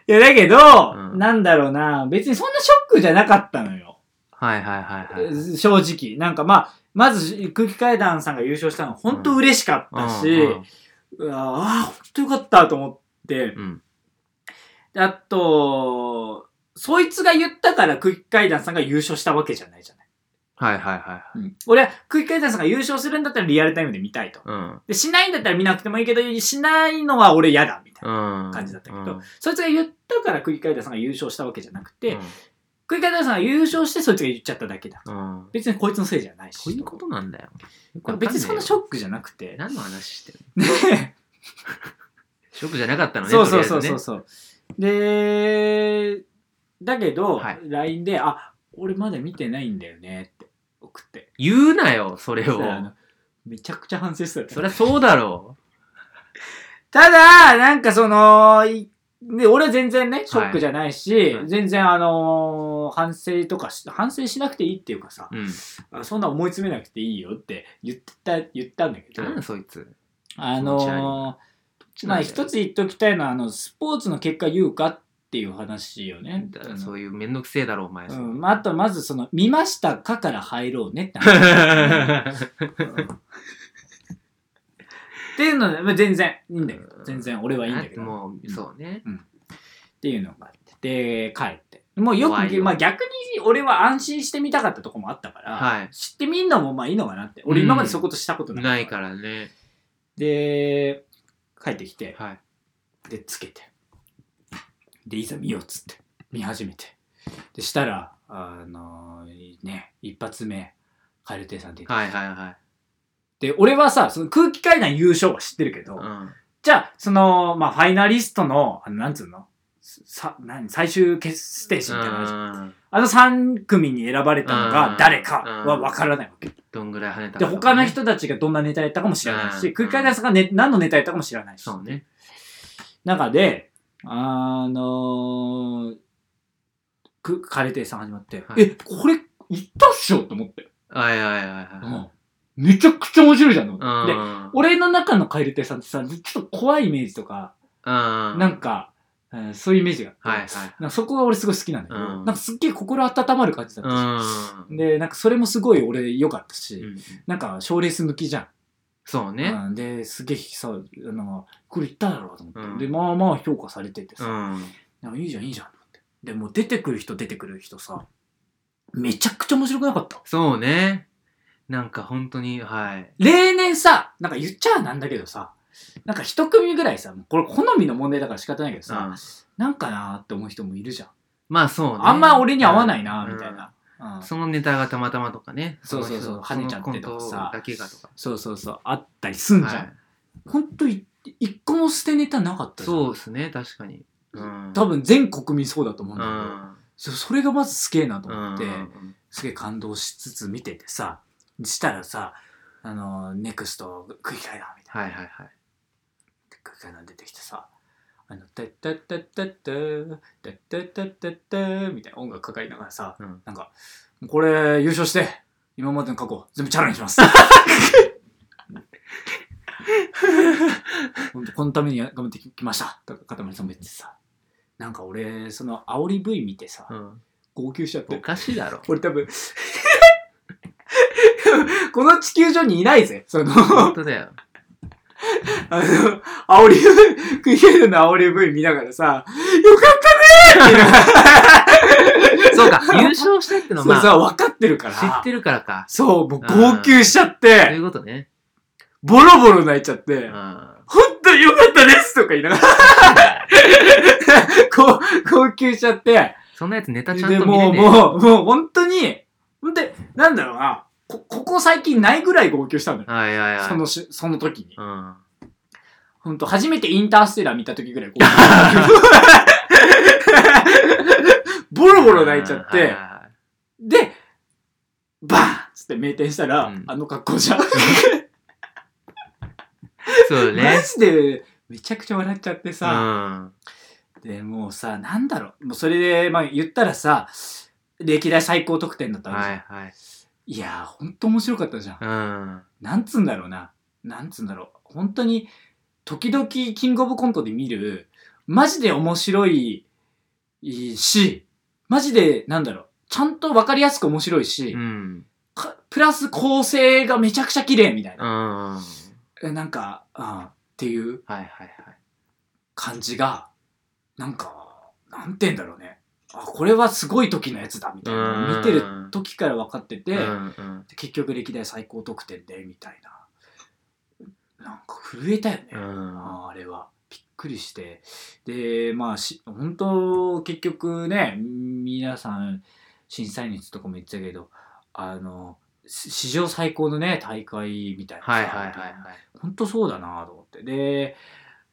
Speaker 1: いやだけど、
Speaker 2: うん
Speaker 1: なんだろうな別にそんなショックじゃなかったのよ、
Speaker 2: はいはいはいはい。
Speaker 1: 正直なんかまあまず空気階段さんが優勝したの本当嬉しかったし、う
Speaker 2: うん
Speaker 1: わあ本当よかったと思って
Speaker 2: うん、うん。
Speaker 1: であとそいつが言ったから空気階段さんが優勝したわけじゃないじゃない、
Speaker 2: はいはいはい。
Speaker 1: 俺は空気階段さんが優勝するんだったらリアルタイムで見たいと
Speaker 2: うん。
Speaker 1: で、しないんだったら見なくてもいいけど、しないのは俺嫌だ、みたいな。
Speaker 2: うん。
Speaker 1: 感じだったけど
Speaker 2: うん
Speaker 1: そいつが言ったから、クイカイダさんが優勝したわけじゃなくて、
Speaker 2: うん
Speaker 1: クイカイダさんが優勝してそいつが言っちゃっただけだ。
Speaker 2: うん。
Speaker 1: 別にこいつのせいじゃないし。
Speaker 2: そういうことなんだよ。よくわかんねえ
Speaker 1: 別
Speaker 2: よ
Speaker 1: にそんなショックじゃなくて。
Speaker 2: 何の話してるの
Speaker 1: ね
Speaker 2: ショックじゃなかったの
Speaker 1: [laughs]
Speaker 2: ね。
Speaker 1: そうそうそう
Speaker 2: とりあえず
Speaker 1: そうそう。
Speaker 2: ね
Speaker 1: で、だけど、
Speaker 2: はい
Speaker 1: LINE で、あ、俺まだ見てないんだよねって送って。
Speaker 2: 言うなよ、それ
Speaker 1: そしたらあ
Speaker 2: を
Speaker 1: の。めちゃくちゃ反省してた。
Speaker 2: そりゃそうだろ
Speaker 1: ただ、なんかその、いね、俺は全然ね、ショックじゃないし、
Speaker 2: はい
Speaker 1: 全然あのー反省とかし、反省しなくていいっていうかさ
Speaker 2: う。、うん。
Speaker 1: あそんな思い詰めなくていいよって言った、言ったんだけど、
Speaker 2: なんだそいつ。
Speaker 1: あ
Speaker 2: 気持ち悪いな
Speaker 1: のーまあ一
Speaker 2: つ。
Speaker 1: つ言っときたいのは、あの、スポーツの結果言うかっていう話よね。
Speaker 2: だからそういうめんどくせえだろ、お前。
Speaker 1: うん、まああとまずその、見ましたかから入ろうねって話。
Speaker 2: [laughs]
Speaker 1: っていうので、まあ全然いいんだけど、全然俺はいいんだけど。
Speaker 2: もう、そうね。
Speaker 1: っていうのがあってで帰ってもうよ
Speaker 2: 怖
Speaker 1: く
Speaker 2: いよ
Speaker 1: まあ、逆に俺は安心してみたかったとこもあったから、
Speaker 2: はい
Speaker 1: 知ってみんのもまあいいのかなって俺
Speaker 2: うん
Speaker 1: 今までそういうことしたことない,、
Speaker 2: ないからね。
Speaker 1: で帰ってきて
Speaker 2: はい。
Speaker 1: でつけてでいざ見ようっつって見始めてでしたらあのーね一発目カルテさん出て、
Speaker 2: はいはいはい。
Speaker 1: で俺はさその空気階段優勝は知ってるけど、
Speaker 2: うん。
Speaker 1: じゃあ、その、まあ、ファイナリストの、あのなんつうのさ、何最終決ステージみたいなのあるじゃん
Speaker 2: うん
Speaker 1: あの3組に選ばれたのが誰かは分からないわけ。
Speaker 2: どんぐらい跳ねたか
Speaker 1: で、
Speaker 2: と
Speaker 1: 他
Speaker 2: かね
Speaker 1: の。人たちがどんなネタやったかも知らない
Speaker 2: うん
Speaker 1: し、空気階段さんが、ね、何のネタやったかも知らないし
Speaker 2: そ。うね。
Speaker 1: 中で、あのー、くカレー亭さん始まって、
Speaker 2: はい
Speaker 1: え、これ、言ったっしょと思って、
Speaker 2: はいはいはいはい。
Speaker 1: うんめちゃくちゃ面白いじゃんと思って。で、
Speaker 2: ん。
Speaker 1: 俺の中のカレー亭さんってさ、ちょっと怖いイメージとか、
Speaker 2: うん。
Speaker 1: なんか、うんそういうイメージがあっ
Speaker 2: は
Speaker 1: て、
Speaker 2: いはい。
Speaker 1: なんかそこが俺すごい好きなんだけど、
Speaker 2: う
Speaker 1: な
Speaker 2: ん
Speaker 1: んかすっげえ心温まる感じだったし、
Speaker 2: うん。
Speaker 1: で、なんかそれもすごい俺良かったし、
Speaker 2: うん
Speaker 1: なんか賞レース向きじゃん。
Speaker 2: そうね。
Speaker 1: うん、で、すげえさ、あの、これ言っただろうと思って、
Speaker 2: うん
Speaker 1: で、まあまあ評価されてて
Speaker 2: う
Speaker 1: さ、
Speaker 2: ん。
Speaker 1: なんかいいじゃんいいじゃんと思って。で、もう出てくる人出てくる人さ、めちゃくちゃ面白くなかった。
Speaker 2: そうね。なんか本当に、はい。
Speaker 1: 例年さ、なんか言っちゃなんだけどさ、なんか一組ぐらいさ、これ好みの問題だから仕方ないけどさ、
Speaker 2: うん
Speaker 1: なんかなーって思う人もいるじゃん。
Speaker 2: まあそうね。
Speaker 1: あんま俺に合わないなーみたいな。う
Speaker 2: うんん。そのネタがたまたまとかね。
Speaker 1: そうそうそう
Speaker 2: の人
Speaker 1: 跳ねちゃってとかさ
Speaker 2: そのコントだけがとか。
Speaker 1: そうそうそう、あったりすんじゃん。
Speaker 2: はい
Speaker 1: ほんとい、一個も捨てネタなかったじゃん。
Speaker 2: そうですね、確かに。うん
Speaker 1: 多分全国民そうだと思うん
Speaker 2: う
Speaker 1: だけど、
Speaker 2: ん。
Speaker 1: そそれがまずすげえなと思って、
Speaker 2: うん
Speaker 1: すげえ感動しつつ見ててさ、したらさ、あの、ネクストクイックライダーみたいな。
Speaker 2: はいはいはい。
Speaker 1: クッカーが出てきてさあの「タッタッタッタッタータッタッタッタッター」みたいな音楽かかりながらさ
Speaker 2: うん
Speaker 1: なんか「これ優勝して今までの過去全部チャラにし
Speaker 2: [laughs]
Speaker 1: ます」ほんとこのために頑張ってきましたとかかたまりさんも言ってさなんか俺その煽り V 見てさ
Speaker 2: うん
Speaker 1: 号泣しちゃっ
Speaker 2: お
Speaker 1: て
Speaker 2: かしいだろ。
Speaker 1: 俺多分 [laughs] この地球上にいないぜその [laughs]
Speaker 2: 本当だよ。
Speaker 1: あの、煽りクイエルの煽り V 見ながらさ、よかったねーって
Speaker 2: そうか、優勝したってのは、
Speaker 1: そう
Speaker 2: ま
Speaker 1: さ、分かってるから。
Speaker 2: あ、知ってるからか。
Speaker 1: そう、もう号泣しちゃっ
Speaker 2: そうい
Speaker 1: て、
Speaker 2: うことね。
Speaker 1: ボロボロ泣いちゃっ
Speaker 2: う
Speaker 1: て、
Speaker 2: ん。
Speaker 1: 本当によかったですとか言いながら、こう、号泣しちゃって、
Speaker 2: そんなやつネタちゃ
Speaker 1: で
Speaker 2: んと見
Speaker 1: も
Speaker 2: れ
Speaker 1: う、
Speaker 2: ねえよ。
Speaker 1: もう、もう本当に、本当に、なんだろうな、こ、ここ最近ないぐらい号泣したんだよ。
Speaker 2: はいはいはい。
Speaker 1: そのし、その時に。
Speaker 2: うん。
Speaker 1: ほんと、初めてインターステラー見た時ぐらい
Speaker 2: [laughs]
Speaker 1: こうボロボロ泣いちゃっ
Speaker 2: はい
Speaker 1: て
Speaker 2: は、いはい
Speaker 1: で、バーンっつって名店したら、
Speaker 2: うん
Speaker 1: あの格好じゃん。
Speaker 2: そう
Speaker 1: マ
Speaker 2: ね。
Speaker 1: ジで、めちゃくちゃ笑っちゃって
Speaker 2: う
Speaker 1: さ、
Speaker 2: ん。
Speaker 1: で、もうさ、なんだろう、もうそれで、まあ言ったらさ、歴代最高得点だったわけじ
Speaker 2: は
Speaker 1: ゃん
Speaker 2: いはい。
Speaker 1: いやー、ほんと面白かったじゃん。
Speaker 2: うん。
Speaker 1: なんつうんだろうな。なんつうんだろう。本当に、時々キングオブコントで見る、マジで面白いし、マジで、なんだろう。ちゃんとわかりやすく面白いし、
Speaker 2: うん。
Speaker 1: かプラス構成がめちゃくちゃ綺麗みたい
Speaker 2: うん。
Speaker 1: な。
Speaker 2: はい
Speaker 1: えなんか、うん、っていう
Speaker 2: はいはい。
Speaker 1: 感じが、なんか、なんて言うんだろうね。あ、これはすごい時のやつだ、みたいな。見てる
Speaker 2: る
Speaker 1: 時から分かってて、
Speaker 2: うんうん
Speaker 1: で結局歴代最高得点で、みたいな。なんか震えたよね。
Speaker 2: うん。
Speaker 1: あーあれはびっくりしてでまあし本当結局ね皆さん審査員率とかも言ってたけどあのし史上最高のね大会みたいなさ
Speaker 2: はいはいはいはい。
Speaker 1: 本当そうだなと思ってで、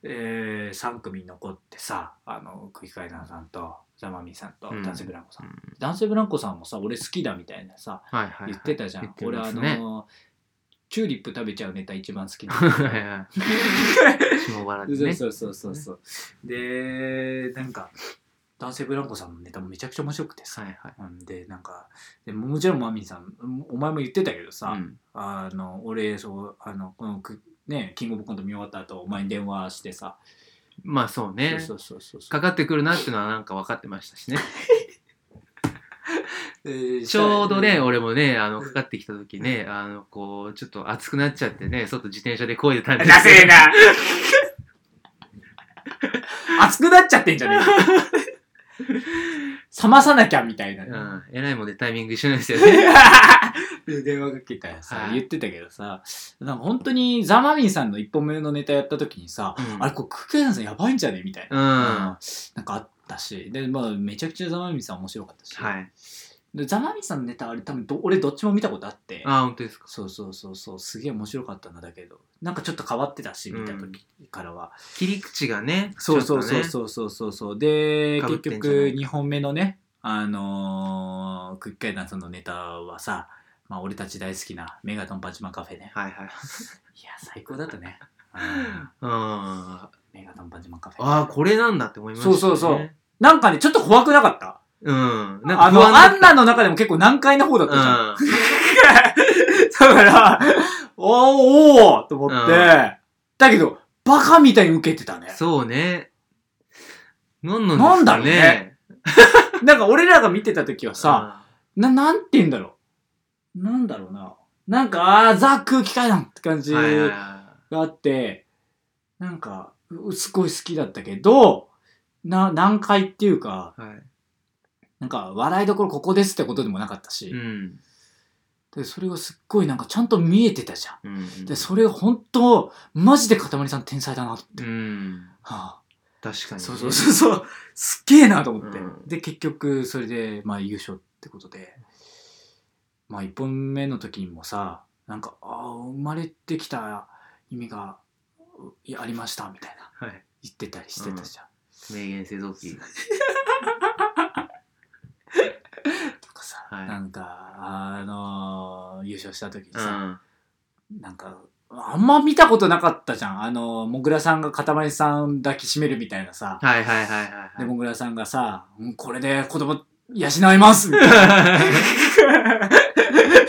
Speaker 1: え3組残ってさあのクイカイナさんとザマミィさんと
Speaker 2: うん
Speaker 1: 男性ブランコさん、
Speaker 2: うん
Speaker 1: 男性ブランコさんもさ俺好きだみたいなさ
Speaker 2: はいはいはい。
Speaker 1: 言ってたじゃん、
Speaker 2: 言ってま
Speaker 1: 俺あ
Speaker 2: す
Speaker 1: の、
Speaker 2: ね。
Speaker 1: チューリップ食べちゃうネタ一番好きなん
Speaker 2: [laughs]
Speaker 1: だけ
Speaker 2: は
Speaker 1: ど
Speaker 2: いはい下
Speaker 1: [laughs]
Speaker 2: 腹で
Speaker 1: そう
Speaker 2: ね。
Speaker 1: そうそうそうそう。で、なんか、男性ブランコさんのネタもめちゃくちゃ面白くてさ。
Speaker 2: はいはい。
Speaker 1: うんで、なんか、でももちろんマミンさん、お前も言ってたけどさ、
Speaker 2: うん
Speaker 1: あの、俺、そう、あの、このく、ね、キングオブコント見終わった後、お前に電話してさ、
Speaker 2: まあそうね。
Speaker 1: そうそうそうそう。
Speaker 2: かかってくるなっていうのはなんか分かってましたしね。
Speaker 1: えー
Speaker 2: ちょうどね、
Speaker 1: したら
Speaker 2: 俺もね、あの、かかってきた時ね、あの、こう、ちょっと暑くなっちゃってね、外自転車で漕いでたん
Speaker 1: [laughs] ダ
Speaker 2: ですけど
Speaker 1: セえな熱くなっちゃってんじゃねえ
Speaker 2: [laughs]
Speaker 1: か。冷まさなきゃみたいなね。
Speaker 2: うん。えらいもんでタイミング一緒なんですよね。
Speaker 1: で [laughs] 電話かけたらさ、
Speaker 2: はい
Speaker 1: 言ってたけどさなんか本当にザ・マミィさんの一本目のネタやった時にさ、
Speaker 2: うん
Speaker 1: あれこれクックエンさんやばいんじゃねみたいな、
Speaker 2: うん。
Speaker 1: うん
Speaker 2: は
Speaker 1: なんかあったしで、まあ、めちゃくちゃザ・マミィさん面白かったし、
Speaker 2: い。
Speaker 1: でザ・マミィさんのネタあれ多分ど俺どっちも見たことあって
Speaker 2: ああ、本当ですか。
Speaker 1: そうそうそうそうすげえ面白かったんだけどなんかちょっと変わってたし見た時からは、
Speaker 2: 切り口がね、
Speaker 1: そうそうそう
Speaker 2: う。
Speaker 1: そうそうそうそうで
Speaker 2: 被っ
Speaker 1: 結
Speaker 2: てんじゃない
Speaker 1: 局2本目のねあのー、クッカイダンさんのネタはさまあ俺たち大好きなメガトンパチマンカフェね
Speaker 2: はいはい。
Speaker 1: いや最高だったねうん
Speaker 2: うん。あ
Speaker 1: メガトンパチマンカフェ
Speaker 2: あ、これなんだって思いました、ね。
Speaker 1: そうそうそう。なんかねちょっと怖くなかった
Speaker 2: うん。なん
Speaker 1: あ
Speaker 2: か
Speaker 1: の
Speaker 2: 不安
Speaker 1: ア
Speaker 2: だ
Speaker 1: ンナの中でも結構難解な方だったじゃん、
Speaker 2: った。うん。
Speaker 1: だから [laughs] おーおーと思って、
Speaker 2: うん
Speaker 1: だけどバカみたいに受けてた [laughs] ね
Speaker 2: そうね。なんなんですかね。
Speaker 1: なんだろうねなんか俺らが見てた時はさ、な、なんて言うんだろう。なんだろうな。なんか、あーザ空気階段って感
Speaker 2: う
Speaker 1: じ
Speaker 2: ん、はいはい
Speaker 1: が
Speaker 2: は
Speaker 1: あって、なんか、うすごい好きだったけど、な、難解っていうか、
Speaker 2: いはい。はい。
Speaker 1: なんか、笑いどころここですってことでもなかったし、
Speaker 2: うん。
Speaker 1: でそれがすっごいなんかちゃんと見えてたじゃん
Speaker 2: うんうん
Speaker 1: でそれ本当マジでかたまりさん天才だなと思って、
Speaker 2: うん
Speaker 1: は
Speaker 2: 確
Speaker 1: あ、
Speaker 2: かにね
Speaker 1: そうそうそうそうすっげえなと思って、
Speaker 2: うん
Speaker 1: で結局それでまあ優勝ってことでまあ1本目の時にもさなんかああ生まれてきた意味がいやありましたみたいな
Speaker 2: はい
Speaker 1: 言ってたりしてたじゃん、
Speaker 2: 名言製造機
Speaker 1: とかさ、
Speaker 2: はい
Speaker 1: なんかあのー優勝した時に
Speaker 2: う
Speaker 1: さ、
Speaker 2: ん
Speaker 1: なんかあんま見たことなかったじゃんあのもぐらさんがかたまりさん抱きしめるみたいなさ、
Speaker 2: はいはいはいはいはい
Speaker 1: でもぐらさんがさ「うんこれで子供養います」みたいな
Speaker 2: [laughs]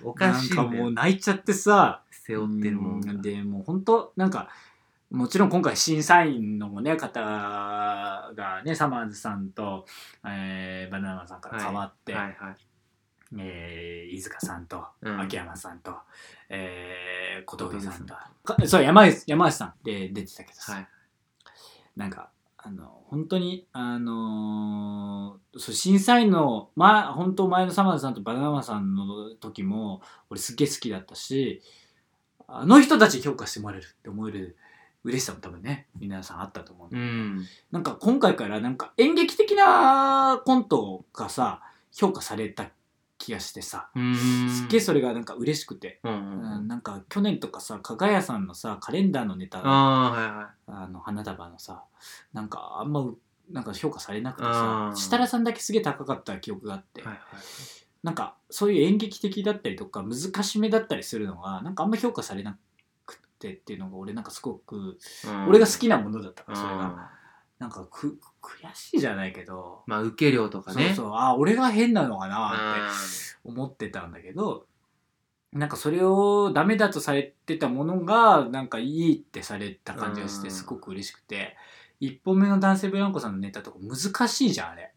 Speaker 2: [laughs] おか
Speaker 1: なん
Speaker 2: しい
Speaker 1: か
Speaker 2: んだ
Speaker 1: もう
Speaker 2: よ
Speaker 1: 泣いちゃってさ
Speaker 2: 背負ってるもんが
Speaker 1: うでもう本当なんかもちろん今回審査員のもね方がねサマーズさんと、えーバナナマンさんから変わって、
Speaker 2: はいはい
Speaker 1: えー飯塚さんと、
Speaker 2: うん
Speaker 1: 秋山さんと、えー小峠さんとかそう山内山内さんで出てたけどさ、
Speaker 2: はい
Speaker 1: なんかあの本当にあのーそう審査員の、ま、本当前のサマーズさんとバナナマンさんの時も俺すっげえ好きだったしあの人たちに評価してもらえるって思える嬉しさも多分ね皆さんあったと思うんだけど
Speaker 2: うん
Speaker 1: なんか今回からなんか演劇的なコントがさ評価された気がしてさ
Speaker 2: うん
Speaker 1: すっげえそれがなんか嬉しくて、
Speaker 2: うん
Speaker 1: う
Speaker 2: うんうん
Speaker 1: ん、なんか去年とかさ加賀屋さんのさカレンダーのネタ
Speaker 2: ああーはいはい
Speaker 1: あの花束のさなんかあんまうなんか評価されなくて
Speaker 2: あ
Speaker 1: さ
Speaker 2: ー
Speaker 1: 設楽さんだけすげえ高かった記憶があって、
Speaker 2: はいはい
Speaker 1: なんかそういう演劇的だったりとか難しめだったりするのがなんかあんま評価されなくてっていうのが俺なんかすごく、
Speaker 2: うん
Speaker 1: 俺が好きなものだったか
Speaker 2: う
Speaker 1: らそれが、
Speaker 2: ん
Speaker 1: なんかく悔しいじゃないけど、
Speaker 2: まあ受け量とかね
Speaker 1: そうそうあ俺が変なのか
Speaker 2: うん
Speaker 1: なって思ってたんだけどなんかそれをダメだとされてたものがなんかいいってされた感じがし
Speaker 2: う
Speaker 1: て
Speaker 2: ん
Speaker 1: すごく嬉しくて1本目の男性ブランコさんのネタとか難しいじゃんあれ、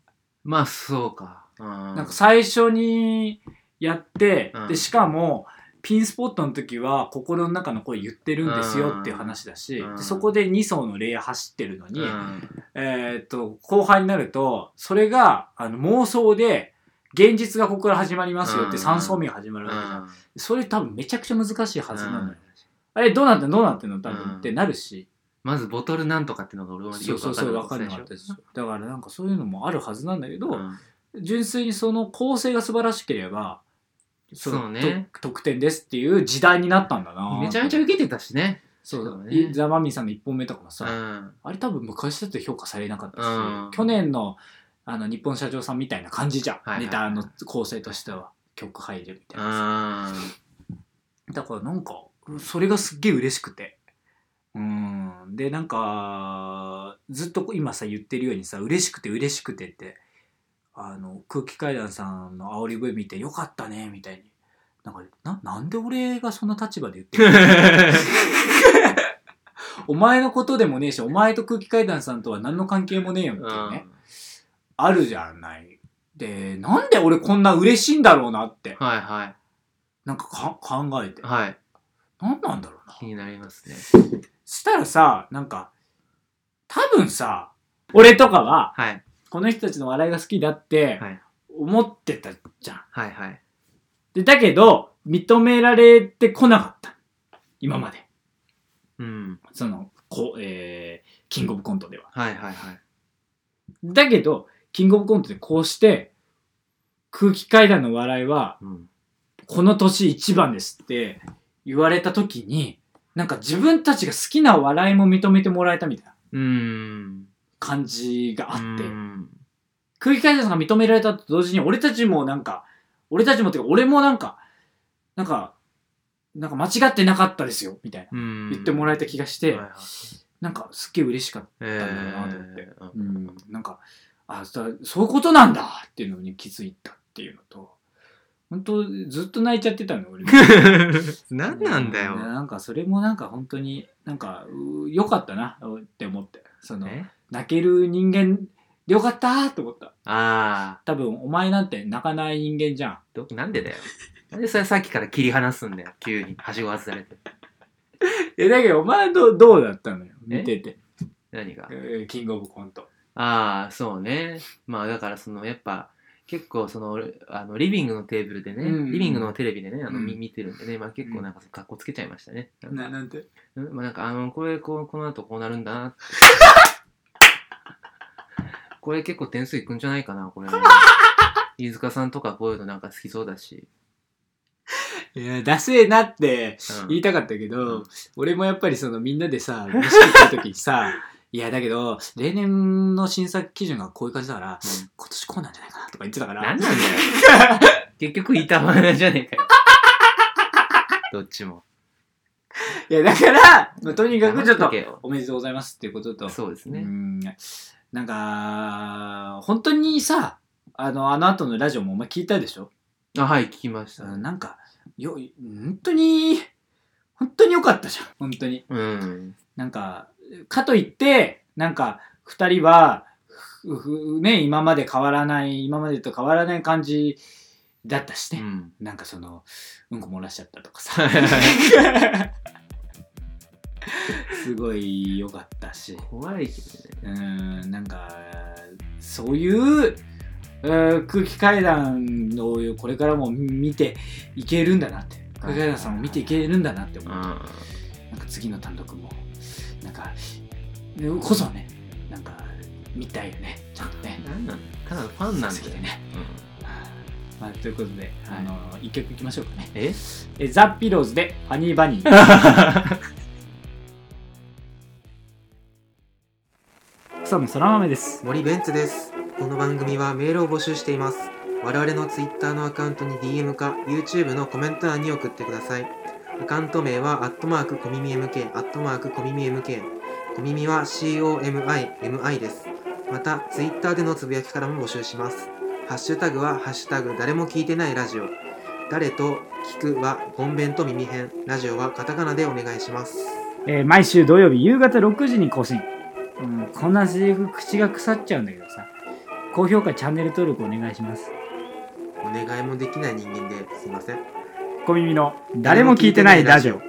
Speaker 2: まあそうかな
Speaker 1: なんか最初にやって、
Speaker 2: うん
Speaker 1: でしかもピンスポットの時は心の中の声言ってるんですよっていう話だし、
Speaker 2: うん
Speaker 1: でそこで2層のレイヤー走ってるのに、
Speaker 2: うん
Speaker 1: えーっと、後半になると、それが、あの、妄想で、現実がここから始まりますよって
Speaker 2: うん
Speaker 1: 3層目が始まるわけじゃん。
Speaker 2: うん
Speaker 1: それ多分めちゃくちゃ難しいはずなのよ
Speaker 2: うん。
Speaker 1: あれ、どうなってんのどうなってんの多分
Speaker 2: うん
Speaker 1: ってなるし。
Speaker 2: まずボトルなんとかっていうのが俺は
Speaker 1: そ
Speaker 2: よ
Speaker 1: う
Speaker 2: く
Speaker 1: そう
Speaker 2: わか
Speaker 1: そう、
Speaker 2: る
Speaker 1: わかんなかったですよ。だからなんかそういうのもあるはずなんだけど、
Speaker 2: うん
Speaker 1: 純粋にその構成が素晴らしければ、その
Speaker 2: そうね
Speaker 1: と得点ですっていう時代になったんだな
Speaker 2: めちゃめちゃ受けてたしね
Speaker 1: そう
Speaker 2: そう
Speaker 1: だ
Speaker 2: だ
Speaker 1: ね
Speaker 2: ね。
Speaker 1: ザ・マミィさんの1本目とかも
Speaker 2: う
Speaker 1: さ、
Speaker 2: ん
Speaker 1: あれ多分昔だって評価されなかったし、
Speaker 2: うん
Speaker 1: 去年のあの日本社長さんみたいな感じじゃん、
Speaker 2: はいはい
Speaker 1: ネタの構成としては曲入るみ [laughs] たいなさ、
Speaker 2: あ
Speaker 1: だからなんかそれがすっげえ嬉しくてうんでなんかずっと今さ言ってるようにさ嬉しくて嬉しくてってあの空気階段さんの煽り声見てよかったねみたいになんかななんで俺がそんな立場で言ってる
Speaker 2: [laughs]
Speaker 1: のお前のことでもねえし、お前と空気階段さんとは何の関係もねえよっていうね。あるじゃない。で、なんで俺こんな嬉しいんだろうなって、
Speaker 2: はいは
Speaker 1: なんかか考えて
Speaker 2: い。はい
Speaker 1: 何なんだろうな。
Speaker 2: 気になりますね
Speaker 1: したらさ、なんか、多分さ、俺とかは、
Speaker 2: はい
Speaker 1: この人たちの笑いが好きだって
Speaker 2: はい
Speaker 1: 思ってたじゃん。
Speaker 2: はいはい
Speaker 1: で、だけど、認められてこなかった。今まで。
Speaker 2: うん
Speaker 1: その、こう、えー、キングオブコントでは。
Speaker 2: はいはいはい
Speaker 1: だけど、キングオブコントでこうして、空気階段の笑いは、
Speaker 2: うん
Speaker 1: この年一番ですって言われた時に、なんか自分たちが好きな笑いも認めてもらえたみたいな
Speaker 2: うん
Speaker 1: 感じがあって、
Speaker 2: うん
Speaker 1: 空気階段さんが認められたと同時に、俺たちもなんか、俺たちもっていうか、俺もなんか、なんか、なんか間違ってなかったですよ、みたいな。
Speaker 2: うん
Speaker 1: 言ってもらえた気がして、
Speaker 2: はいはい
Speaker 1: なんかすっげえ嬉しかった。
Speaker 2: えー
Speaker 1: だなと思って
Speaker 2: う
Speaker 1: うんん、なんかあそうそういうことなんだっていうのに気づいたっていうのと本当ずっと泣いちゃってたの俺
Speaker 2: [laughs]
Speaker 1: [laughs]
Speaker 2: 何なんだよ
Speaker 1: うなんかそれもなんか本当になんかうよかったなって思ってその
Speaker 2: え
Speaker 1: 泣ける人間でよかったーって思った
Speaker 2: ああ
Speaker 1: 多分お前なんて泣かない人間じゃん
Speaker 2: どなんでだよなんでそれさっきから切り離すんだよ急にはしご外されて
Speaker 1: えだけどお前はどうどうだったのよ見てて、
Speaker 2: 何が
Speaker 1: えーキングオブコント
Speaker 2: ああそうねまあだからそのやっぱ結構その俺あのリビングのテーブルでね、
Speaker 1: うん
Speaker 2: リビングのテレビでねあの、
Speaker 1: うん
Speaker 2: み見てるんでね、まあ、結構なんか格好つけちゃいましたねなんか
Speaker 1: ななんて
Speaker 2: うんまあ、なんかあのこれこうこの後こうなるんだな
Speaker 1: [laughs]
Speaker 2: ってこれ結構点数いくんじゃないかなこれ飯塚さんとかこういうのなんか好きそうだし、
Speaker 1: いやダセえなって
Speaker 2: うん
Speaker 1: 言いたかったけど、
Speaker 2: うん
Speaker 1: 俺もやっぱりそのみんなでさ飯食った時にさ [laughs] いやだけど例年の審査基準がこういう感じだから
Speaker 2: うん
Speaker 1: 今年こうなんじゃないかなとか言ってたから
Speaker 2: なんなんだよ
Speaker 1: [laughs]
Speaker 2: 結局板前じゃねえかよどっちも
Speaker 1: いやだから、まあとにかくちょっ
Speaker 2: 黙
Speaker 1: と
Speaker 2: とけよ
Speaker 1: おめでとうございますっていうことと
Speaker 2: そうです
Speaker 1: う
Speaker 2: ね、
Speaker 1: んなんか本当にさあのあの後のラジオもお前聞いたでしょ
Speaker 2: あはい聞きました
Speaker 1: うんなんかよ本当に本当に良かったじゃん本当に
Speaker 2: うん
Speaker 1: なんかかといってなんか2人はふふね今まで変わらない今までと変わらない感じだったし
Speaker 2: う
Speaker 1: ね、
Speaker 2: ん
Speaker 1: なんかそのうんこ漏らしちゃったとかさ [laughs]
Speaker 2: 怖
Speaker 1: すごい良かったし
Speaker 2: いけどね
Speaker 1: うーんなんかそういううー空気階段をこれからも見ていけるんだなって空気階段さんも見ていけるんだなって思
Speaker 2: う
Speaker 1: うんなんか次の単独もなんかこそねなんか見たいよねちゃんとね
Speaker 2: なんなんただのファンなんだ
Speaker 1: 好き
Speaker 2: よ
Speaker 1: でね、
Speaker 2: うん
Speaker 1: まあ、ということで、あの一曲いきましょうかね
Speaker 2: え
Speaker 1: えザ・ピローズで「ハニーバニー」草野そら豆です
Speaker 3: 森ベンツですこの番組はメールを募集しています我々の Twitter のアカウントに DM か YouTube のコメント欄に送ってくださいアカウント名はアットマークコミミ MK アットマークコミミ MK コミミは COMIMI ですまた Twitter でのつぶやきからも募集しますハッシュタグはハッシュタグ誰も聞いてないラジオ誰と聞くは本弁と耳編ラジオはカタカナでお願いします
Speaker 1: えー毎週土曜日夕方6時に更新、うん、こんなセリフ口が腐っちゃうんだけどさ高評価チャンネル登録お願いします
Speaker 3: お願いもできない人間ですいません
Speaker 1: 小耳の誰も聞いてないラジオ